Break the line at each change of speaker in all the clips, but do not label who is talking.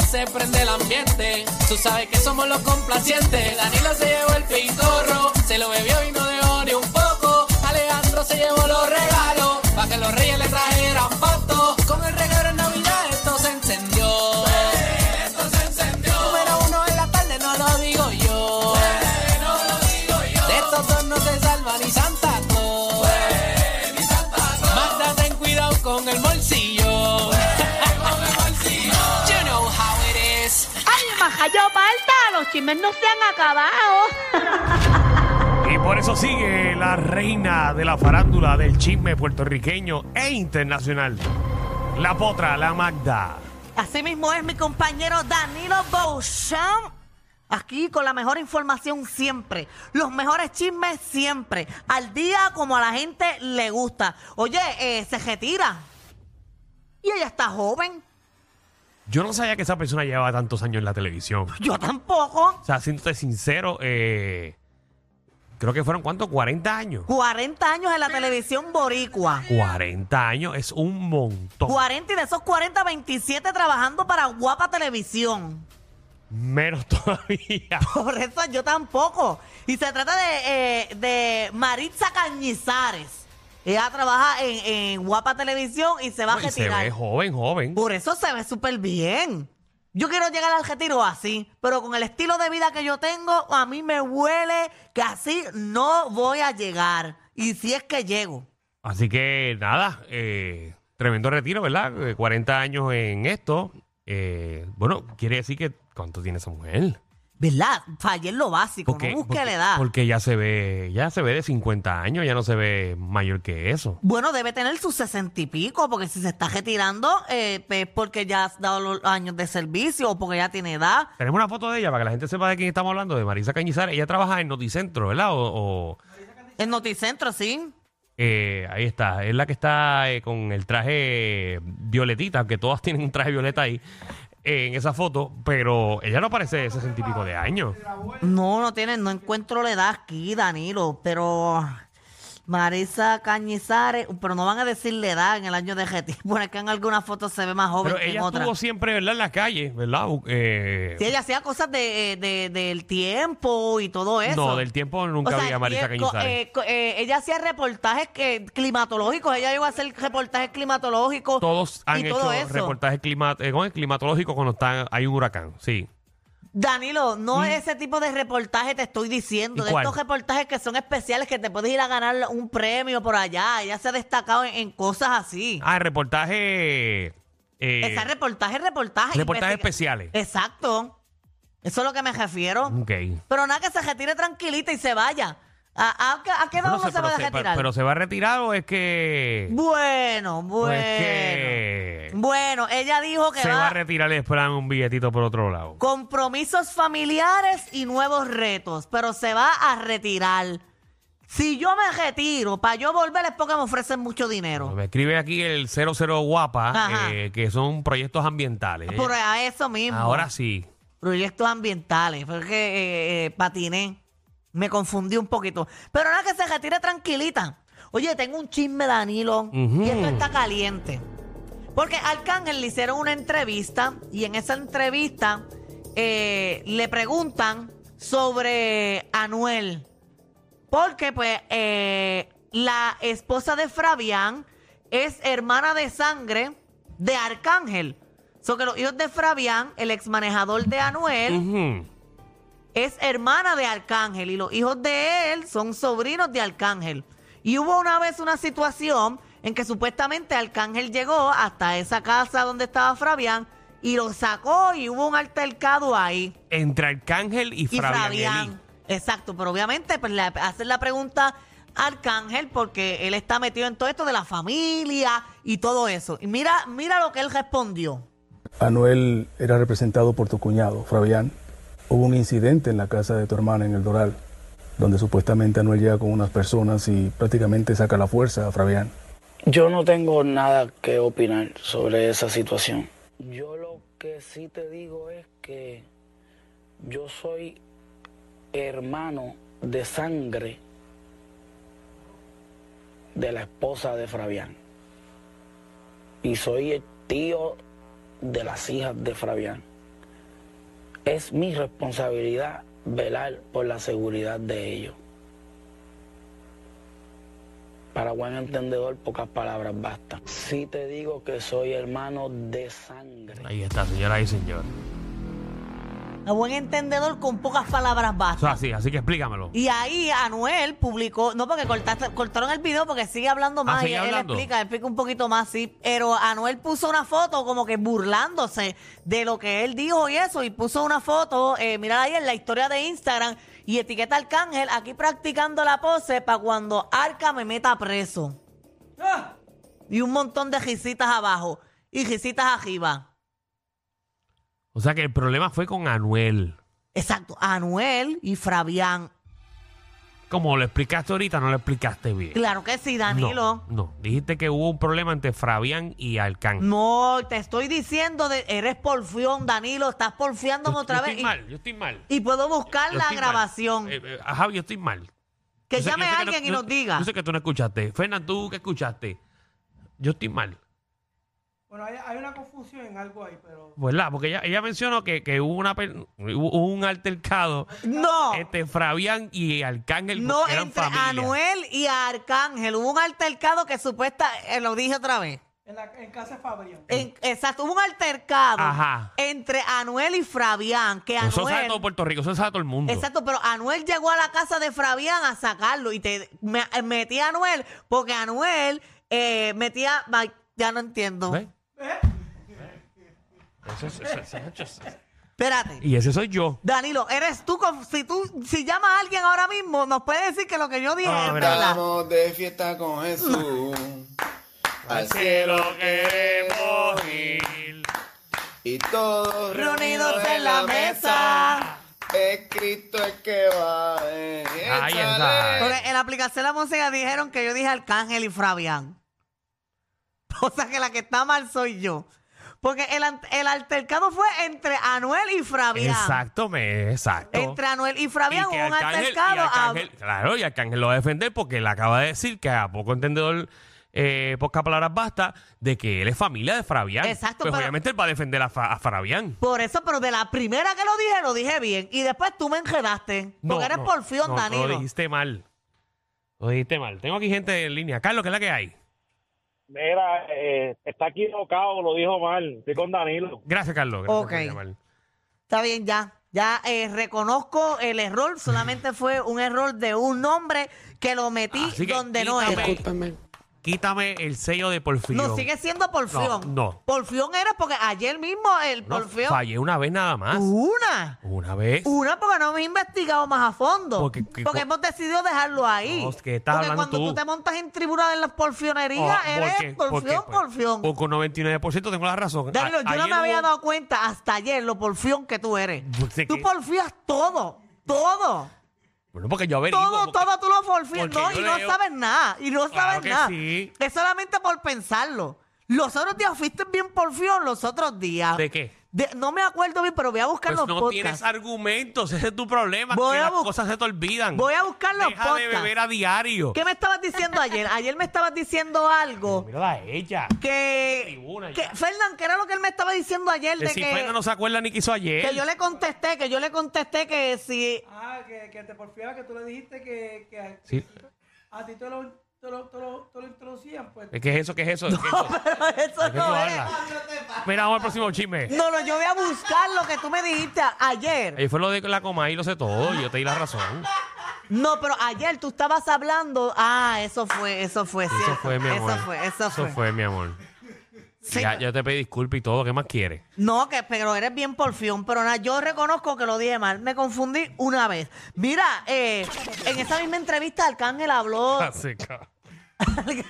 se prende el ambiente. Tú sabes que somos los complacientes. Danilo se llevó el pintorro, se lo bebió y no dejó ni un poco. Alejandro se llevó los regalos, pa' que los reyes le trajeran pato. Con el regalo en Navidad esto se encendió. esto se encendió. Número uno en la tarde, no lo digo yo. no lo digo yo. De estos dos no se salva ni Santa Claus. ni Santa Claus. Más ten cuidado con el bolsillo. You know how it is.
¡Ay, majayo falta! ¡Los chismes no se han acabado!
Y por eso sigue la reina de la farándula del chisme puertorriqueño e internacional. La potra, la Magda.
Así mismo es mi compañero Danilo Beauchamp. Aquí con la mejor información siempre, los mejores chismes siempre, al día como a la gente le gusta. Oye, eh, se retira. Y ella está joven.
Yo no sabía que esa persona llevaba tantos años en la televisión.
Yo tampoco.
O sea, siéndote sincero, eh, creo que fueron, ¿cuánto? 40 años.
40 años en la televisión boricua.
40 años es un montón.
40 y de esos 40, 27 trabajando para Guapa Televisión.
Menos todavía.
Por eso yo tampoco. Y se trata de, eh, de Maritza Cañizares. Ella trabaja en, en Guapa Televisión y se va a
Y se
retirar.
ve joven, joven.
Por eso se ve súper bien. Yo quiero llegar al retiro así, pero con el estilo de vida que yo tengo, a mí me huele que así no voy a llegar. Y si es que llego.
Así que nada, eh, tremendo retiro, ¿verdad? Eh, 40 años en esto. Eh, bueno, quiere decir que ¿cuánto tiene esa mujer?
¿Verdad? Fallé en lo básico, no busqué la edad.
porque ya se ve, ya se ve de 50 años, ya no se ve mayor que eso.
Bueno, debe tener sus sesenta y pico, porque si se está retirando eh, es porque ya has dado los años de servicio o porque ya tiene edad.
Tenemos una foto de ella para que la gente sepa de quién estamos hablando, de Marisa Cañizares. Ella trabaja en Noticentro, ¿verdad? O, o,
En Noticentro, sí.
eh, ahí está, es la que está eh, con el traje violetita, que todas tienen un traje violeta ahí, eh, en esa foto, pero ella no parece de 60 y pico de años.
No, no tiene, no encuentro la edad aquí, Danilo, pero Marisa Cañizares, pero no van a decir la edad en el año de GT, porque es que en algunas fotos se ve más joven
Pero
que en
ella
otras.
estuvo siempre, ¿verdad? En la calle, ¿verdad? Bu- eh,
Si ella hacía cosas de, eh, de- del tiempo y todo eso.
no, del tiempo nunca
O sea,
había Marisa
eh, co-
Cañizares.
eh, co- eh, ella hacía reportajes que- climatológicos, ella llegó a hacer reportajes climatológicos.
Todos han
y
hecho
todo eso.
reportajes clima- eh, ¿cómo es? climatológicos cuando está, hay un huracán, sí.
Danilo, no es ese tipo de reportaje te estoy diciendo,
Mm. ¿Y
de
cuál?
estos reportajes que son especiales que te puedes ir a ganar un premio por allá, ella se ha destacado en, en cosas así.
Ah, el reportaje... eh,
Ese reportaje,
reportajes
reportaje. investiga- Eh,
especiales. Mm.
Exacto. Eso es lo que me refiero.
ok.
Pero nada que se retire tranquilita y se vaya. ¿A, a, a qué edad
Bueno,
uno
se-
se
pero,
va a
se, pero-
retirar?
pero se va a retirar o es que...
bueno,
o
bueno.
Pues es que
Bueno, ella dijo que
Eh, se va a
va,
retirar y esperan un billetito por otro lado.
compromisos familiares y nuevos retos, pero se va a retirar. Si yo me retiro, para yo volver es porque me ofrecen mucho dinero.
Me escribe aquí el 00 Guapa,
Ajá.
eh, que son proyectos ambientales.
Por a eso mismo.
Ahora sí.
Proyectos ambientales, porque eh, eh, patiné. Me confundí un poquito. Pero nada, que se retire tranquilita. Oye, tengo un chisme, Danilo,
Ujú.
y esto está caliente. Porque a Arcángel le hicieron una entrevista y en esa entrevista eh, le preguntan sobre Anuel. Porque, pues, eh, la esposa de Fabián es hermana de sangre de Arcángel. So que los hijos de Fabián, el ex manejador de Anuel,
Ujú.
es hermana de Arcángel y los hijos de él son sobrinos de Arcángel. Y hubo una vez una situación en que supuestamente Arcángel llegó hasta esa casa donde estaba Fabián y lo sacó y hubo un altercado ahí.
Entre Arcángel y,
Y
Fabián.
Fabián. Exacto, pero obviamente pues le hacen la pregunta a Arcángel porque él está metido en todo esto de la familia y todo eso. Y mira, mira lo que él respondió.
Anuel era representado por tu cuñado, Fabián. Hubo un incidente en la casa de tu hermana en el Doral, donde supuestamente Anuel llega con unas personas y prácticamente saca la fuerza a Fabián.
Yo no tengo nada que opinar sobre esa situación. Yo lo que sí te digo es que yo soy hermano de sangre de la esposa de Fabián. Y soy el tío de las hijas de Fabián. Es mi responsabilidad velar por la seguridad de ellos. Para buen entendedor, pocas palabras bastan. Si te digo que soy hermano de sangre.
Ahí está, señora y señor.
A buen entendedor, con pocas palabras
O
basta.
sea, así, así que explícamelo.
Y ahí Anuel publicó, no porque cortaste- cortaron el video porque sigue hablando más
Ah, sigue
y él, él
hablando.
explica, él explica un poquito más, sí. Pero Anuel puso una foto como que burlándose de lo que él dijo y eso, y puso una foto, eh, mirad ahí en la historia de Instagram, y etiqueta al cángel aquí practicando la pose para cuando Arca me meta preso. Y un montón de risitas abajo y risitas arriba.
O sea que el problema fue con Anuel.
Exacto, Anuel y Fabián.
Como lo explicaste ahorita, no lo explicaste bien.
Claro que sí,
No,
Danilo.
no, dijiste que hubo un problema entre Fabián y Arcángel.
No, te estoy diciendo, de, eres porfión, Danilo, estás porfiándome
Yo-
otra
yo
vez.
Estoy
y-
mal, yo estoy mal.
Y, puedo buscar
Yo
la
estoy mal.
grabación.
Eh, eh, ajá, yo estoy mal.
que
Yo sé-
llame
yo sé
a
que no-
alguien y
yo-
nos diga.
Yo sé que tú no escuchaste. Fernan, ¿tú qué escuchaste? Yo estoy mal.
Bueno, hay, hay una confusión en algo ahí, pero
¿Verdad? Pues Porque ella, ella mencionó que, que hubo, una, per- hubo un altercado
no,
entre Fabián y Arcángel.
no,
que eran
entre
familia.
Anuel y Arcángel. Hubo un altercado que supuesta, eh, lo dije otra vez.
en, la, en casa de Fabrián.
En- exacto, hubo un altercado
Ajá.
entre Anuel y Fabián. Que
Eso sabe
Anuel.
todo Puerto Rico, eso sabe todo el mundo.
Exacto, pero Anuel llegó a la casa de Fabián a sacarlo y te me- eh, metí a Anuel porque Anuel eh, metía. ay, Ya no entiendo.
¿Ves? Eso es- eso es- eso es-
Espérate.
Y ese soy yo.
Danilo, eres tú. con- Si tú si llamas a alguien ahora mismo, nos puede decir que lo que yo dije
Ah,
es
verdad.
verdad.
Vamos de fiesta con Jesús. Al cielo queremos ir. Y todos
Reunidos en la mesa.
Escrito es que va. eh,
Ahí
échale.
está.
Porque en la aplicación de la música dijeron que yo dije Arcángel y Fabián. O sea que la que está mal soy yo. Porque el, an- el altercado fue entre Anuel y Fabián.
Exacto, me, exacto.
Entre Anuel y Fabián
Y
hubo
que
un
Arcángel- y
altercado. ah, a-
Arcángel- claro, y Arcángel lo va a defender porque le acaba de decir que a poco entendedor, eh, pocas palabras basta, de que él es familia de Fabián.
Exacto,
Pues
pero-
obviamente él va a defender a, Fa- a Fabián.
Por eso, pero de la primera que lo dije, lo dije bien. Y después tú me enredaste. Porque eres porfión,
no, Lo
Danilo.
dijiste mal. Lo dijiste mal. Tengo aquí gente en línea. Carlos, ¿qué es la que hay?
Mira, eh, está equivocado, lo dijo mal. Estoy con Danilo.
Gracias, Carlos. Gracias
Ok.
por llamar.
Está bien, ya. Ya eh, reconozco el error. Solamente fue un error de un nombre que lo metí
Así que
donde no
quítame-
era.
Quítame el sello de porfión.
No, sigue siendo porfión.
No, no.
Porfión era porque ayer mismo el
No,
porfión.
Fallé una vez nada más.
Una.
Una vez.
Una porque no me he investigado más a fondo.
Porque- que-
porque hemos decidido dejarlo ahí.
No, es que estás
porque
hablando
cuando
tú.
tú. te montas en tribuna de las porfionerías,
Oh,
eres
porque-
porfión,
porque, pues,
porfión.
o con 99% tengo la razón.
Danilo,
A-
yo no
ayer
me había
hubo- Pues,
dado cuenta hasta ayer lo porfión que tú eres.
Porque-
Tú porfías todo, todo,
Bueno, porque yo averiguo.
todo,
porque-
todo tú lo porfías.
porque
No,
yo
y no
leo-
sabes nada, y no
Claro
sabes
que
nada.
sí.
Es solamente por pensarlo. Los otros días fuiste bien porfión, los otros días.
¿De qué?
De- no me acuerdo bien, pero voy a buscar
Pues
los
no tienes
podcasts.
argumentos, ese es tu problema.
Voy
que
a
las
bus-
cosas se te olvidan.
Voy a buscar los
Deja de
podcasts.
beber a diario.
¿Qué me estabas diciendo ayer? Ayer me estabas diciendo algo
Mírala a ella.
que...
Tribuna,
que
ya.
Fernan, ¿qué era lo que él me estaba diciendo ayer?
El
De que,
Cifuena no se acuerda ni que hizo ayer.
que yo le contesté, que yo le contesté que si
Ah, que, que te porfiaba, que tú le dijiste que, que a,
Sí.
a ti te lo, te lo, te lo, te lo introducían, pues.
¿Qué es eso? ¿Qué es eso? ¿Qué es eso?
Pero eso
¿De qué tú
no es.
hablas? Mira, vamos al próximo chisme.
No, no, yo voy a buscar lo que tú me dijiste a- ayer.
Ahí fue lo de la coma y lo sé todo. Yo te di la razón.
No, pero ayer tú estabas hablando. Ah, eso fue, eso fue,
Eso
cierto.
fue, mi amor.
Eso fue, eso fue.
mi amor.
Sí.
Ya, ya te pedí disculpas y todo. ¿Qué más quieres?
No, que pero eres bien porfión, pero nada, yo reconozco que lo dije mal, me confundí una vez. Mira, eh, en esa misma entrevista Arcángel habló,
Así que-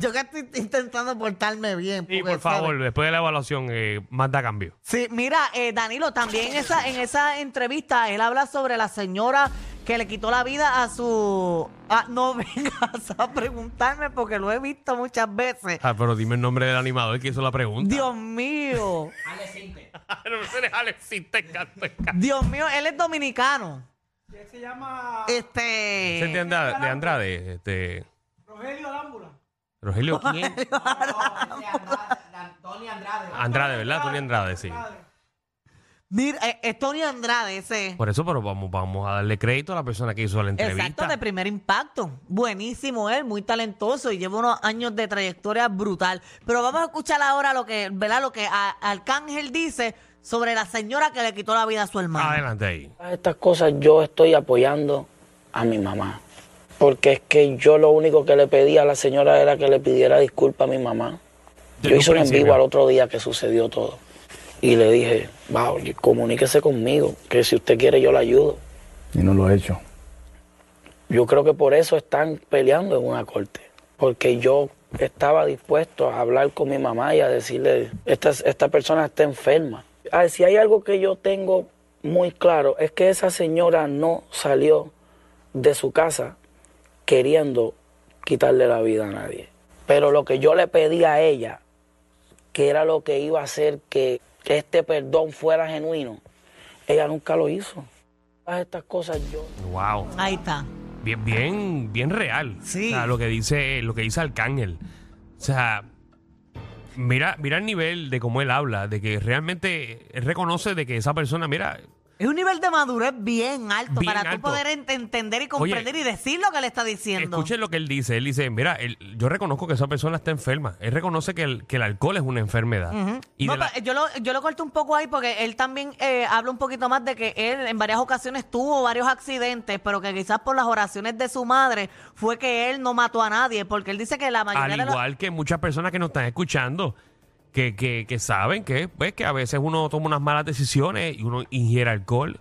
yo que estoy intentando portarme bien.
Y
porque,
por
¿sabes?
favor, después de la evaluación, eh, manda cambio.
Sí, mira, eh, Danilo, también en esa, en esa entrevista él habla sobre la señora que le quitó la vida a su... Ah, no vengas a preguntarme porque lo he visto muchas veces.
Ah, pero dime el nombre del animador que hizo la pregunta.
Dios mío,
no me eres Alexis, te canto, te canto.
Dios mío, él es dominicano.
Y él se llama
¿Se entiende
Este...
Andra- de Andrade? Este,
Rogelio Arámbula.
Rogelio, ¿quién? Andrade, ¿verdad? Tony Andrade, sí.
Mira, eh, es Tony Andrade ese.
Por eso, pero vamos, vamos a darle crédito a la persona que hizo la entrevista.
Exacto, de primer impacto. Buenísimo él, muy talentoso y lleva unos años de trayectoria brutal. Pero vamos a escuchar ahora lo que, ¿verdad? Lo que a- Arcángel dice sobre la señora que le quitó la vida a su hermano.
Adelante ahí.
Todas estas cosas yo estoy apoyando a mi mamá. Porque es que yo lo único que le pedí a la señora era que le pidiera disculpa a mi mamá.
Desde
Yo
un
hice un en
principio.
vivo al otro día que sucedió todo. Y le dije, va, oye, comuníquese conmigo, que si usted quiere yo la ayudo.
Y no lo he hecho.
Yo creo que por eso están peleando en una corte. Porque yo estaba dispuesto a hablar con mi mamá y a decirle, esta, esta persona está enferma. Ah, si hay algo que yo tengo muy claro, es que esa señora no salió de su casa queriendo quitarle la vida a nadie. Pero lo que yo le pedí a ella, que era lo que iba a hacer que este perdón fuera genuino, ella nunca lo hizo. Todas estas cosas yo...
Wow.
Ahí está.
Bien, bien, bien real.
Sí.
O sea, lo que dice, lo que dice Arcángel. O sea, mira, mira el nivel de cómo él habla, de que realmente él reconoce de que esa persona, mira,
Es un nivel de madurez bien alto
Bien
para tú
alto.
poder ent- entender y comprender y decir lo que le está diciendo.
Escuchen lo que él dice. Él dice, mira, él- yo reconozco que esa persona está enferma. Él reconoce que el, que el alcohol es una enfermedad. Y
No,
de la-
pero yo, lo, yo lo corto un poco ahí porque él también eh, habla un poquito más de que él en varias ocasiones tuvo varios accidentes, pero que quizás por las oraciones de su madre fue que él no mató a nadie, porque él dice que la mayoría
al
de los...
igual que muchas personas que nos están escuchando, que, que, que saben que, pues, que a veces uno toma unas malas decisiones y uno ingiere alcohol.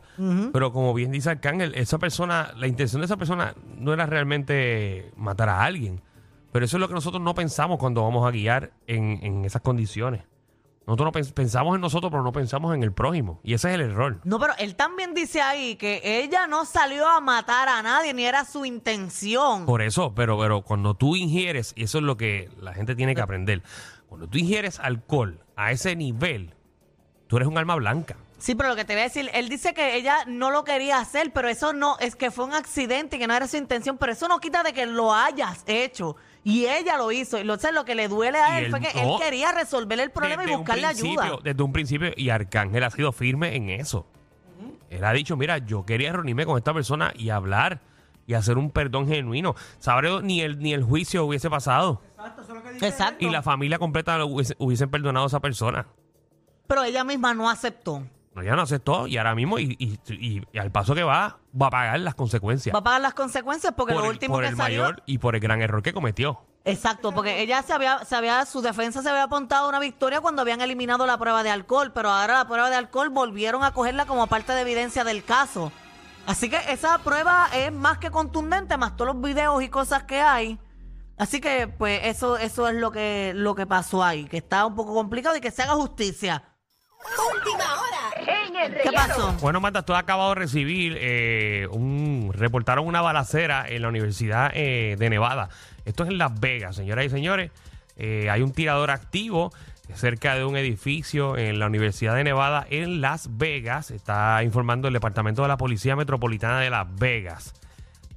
Pero como bien dice Arcángel, esa persona, la intención de esa persona no era realmente matar a alguien. Pero eso es lo que nosotros no pensamos cuando vamos a guiar en, en esas condiciones. Nosotros no pens- pensamos en nosotros, pero no pensamos en el prójimo. Y ese es el error.
No, pero él también dice ahí que ella no salió a matar a nadie, ni era su intención.
Por eso, pero, pero cuando tú ingieres, y eso es lo que la gente tiene que aprender, cuando tú ingieres alcohol a ese nivel, tú eres un alma blanca.
Sí, pero lo que te voy a decir, él dice que ella no lo quería hacer, pero eso no, es que fue un accidente y que no era su intención, pero eso no quita de que lo hayas hecho. Y ella lo hizo. Y lo, o sea, lo que le duele a
Y
él,
él
fue que
no.
él quería resolver el problema y
Desde un
buscarle ayuda.
principio- Desde un principio, y Arcángel ha sido firme en eso. Él ha dicho, mira, yo quería reunirme con esta persona y hablar y hacer un perdón genuino. Sabré, ni el, ni el juicio hubiese pasado
Exacto.
y la familia completa lo hubiese- hubiesen perdonado a esa persona.
Pero ella misma no aceptó.
No, ya no aceptó y ahora mismo, y, y- y- y al paso que va, va a pagar las consecuencias.
Va a pagar las consecuencias porque
por
lo
el,
último
por
que
el
salió.
mayor y por el gran error que cometió.
Exacto, porque ella se había, se había, su defensa se había apuntado a una victoria cuando habían eliminado la prueba de alcohol, pero ahora la prueba de alcohol volvieron a cogerla como parte de evidencia del caso. Así que esa prueba es más que contundente, más todos los videos y cosas que hay. Así que, pues, eso, eso es lo que, lo que pasó ahí, que está un poco complicado y que se haga justicia. Última hora. ¿Qué pasó?
Bueno, Marta, tú has acabado de recibir eh, un. Reportaron una balacera en la Universidad eh, de Nevada. Esto es en Las Vegas, señoras y señores. Eh, hay un tirador activo cerca de un edificio en la Universidad de Nevada en Las Vegas. Está informando el Departamento de la Policía Metropolitana de Las Vegas.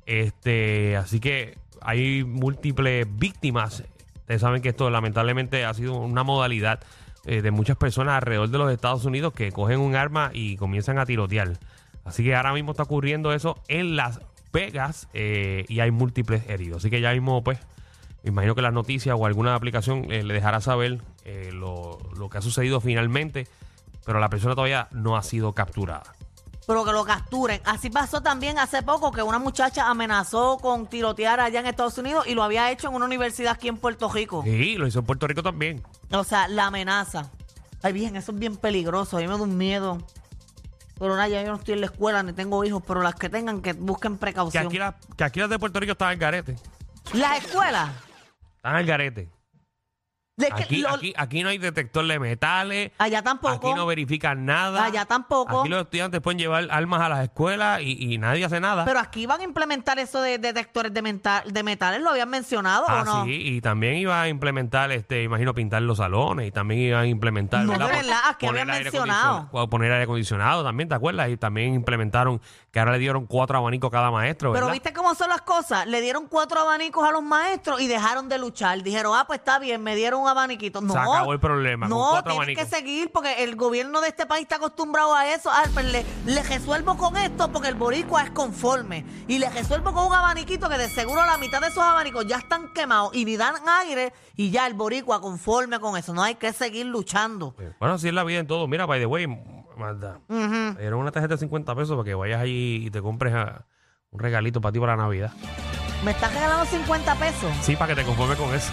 Este, así que hay múltiples víctimas. Ustedes saben que esto lamentablemente ha sido una modalidad eh, de muchas personas alrededor de los Estados Unidos que cogen un arma y comienzan a tirotear. Así que ahora mismo está ocurriendo eso en Las Vegas eh, y hay múltiples heridos. Así que ya mismo, pues, me imagino que las noticias o alguna aplicación eh, le dejará saber eh, lo, lo que ha sucedido finalmente, pero la persona todavía no ha sido capturada.
pero que lo capturen. Así pasó también hace poco que una muchacha amenazó con tirotear allá en Estados Unidos y lo había hecho en una universidad aquí en Puerto Rico.
Sí, lo hizo en Puerto Rico también.
O sea, la amenaza. Ay, bien, eso es bien peligroso. A mí me da un miedo. Pero nada, ya yo no estoy en la escuela ni tengo hijos, pero las que tengan que busquen
Que
precaución.
aquí, las- que aquí las de Puerto Rico están al garete.
Las escuelas.
Están al garete.
de que
Aquí,
lo-
aquí, aquí no hay detector de metales.
allá tampoco.
Aquí no verifican nada.
Allá tampoco.
Aquí los estudiantes pueden llevar armas a las escuelas y, y nadie hace nada.
pero aquí van a implementar eso de detectores de, menta- de metales. ¿Lo habían mencionado
Ah,
o no?
sí, y también iba a implementar, este, imagino, pintar los salones y también iban a implementar.
No,
¿verdad?
de verdad, aquí ah, habían
aire
mencionado.
acondicionado- Poner aire acondicionado también, ¿te acuerdas? Y también implementaron que ahora le dieron cuatro abanicos a cada maestro.
Pero
¿verdad?
viste cómo son las cosas. Le dieron cuatro abanicos a los maestros y dejaron de luchar. Dijeron, ah, pues está bien, me dieron con abaniquitos. No.
Se acabó el problema, con
No,
cuatro
tienes
abanicos.
que seguir porque el gobierno de este país está acostumbrado a eso. Ah, pues le, le resuelvo con esto porque el boricua es conforme. Y le resuelvo con un abaniquito que de seguro la mitad de esos abanicos ya están quemados y ni dan aire y ya el boricua conforme con eso. No hay que seguir luchando.
Pues, Bueno, así es la vida en todo. Mira, by the way, Magda,
Ujú.
era una tarjeta de 50 pesos para que vayas ahí y te compres ah, un regalito para ti para Navidad.
Me estás regalando 50 pesos.
Sí, para que te conformes con eso.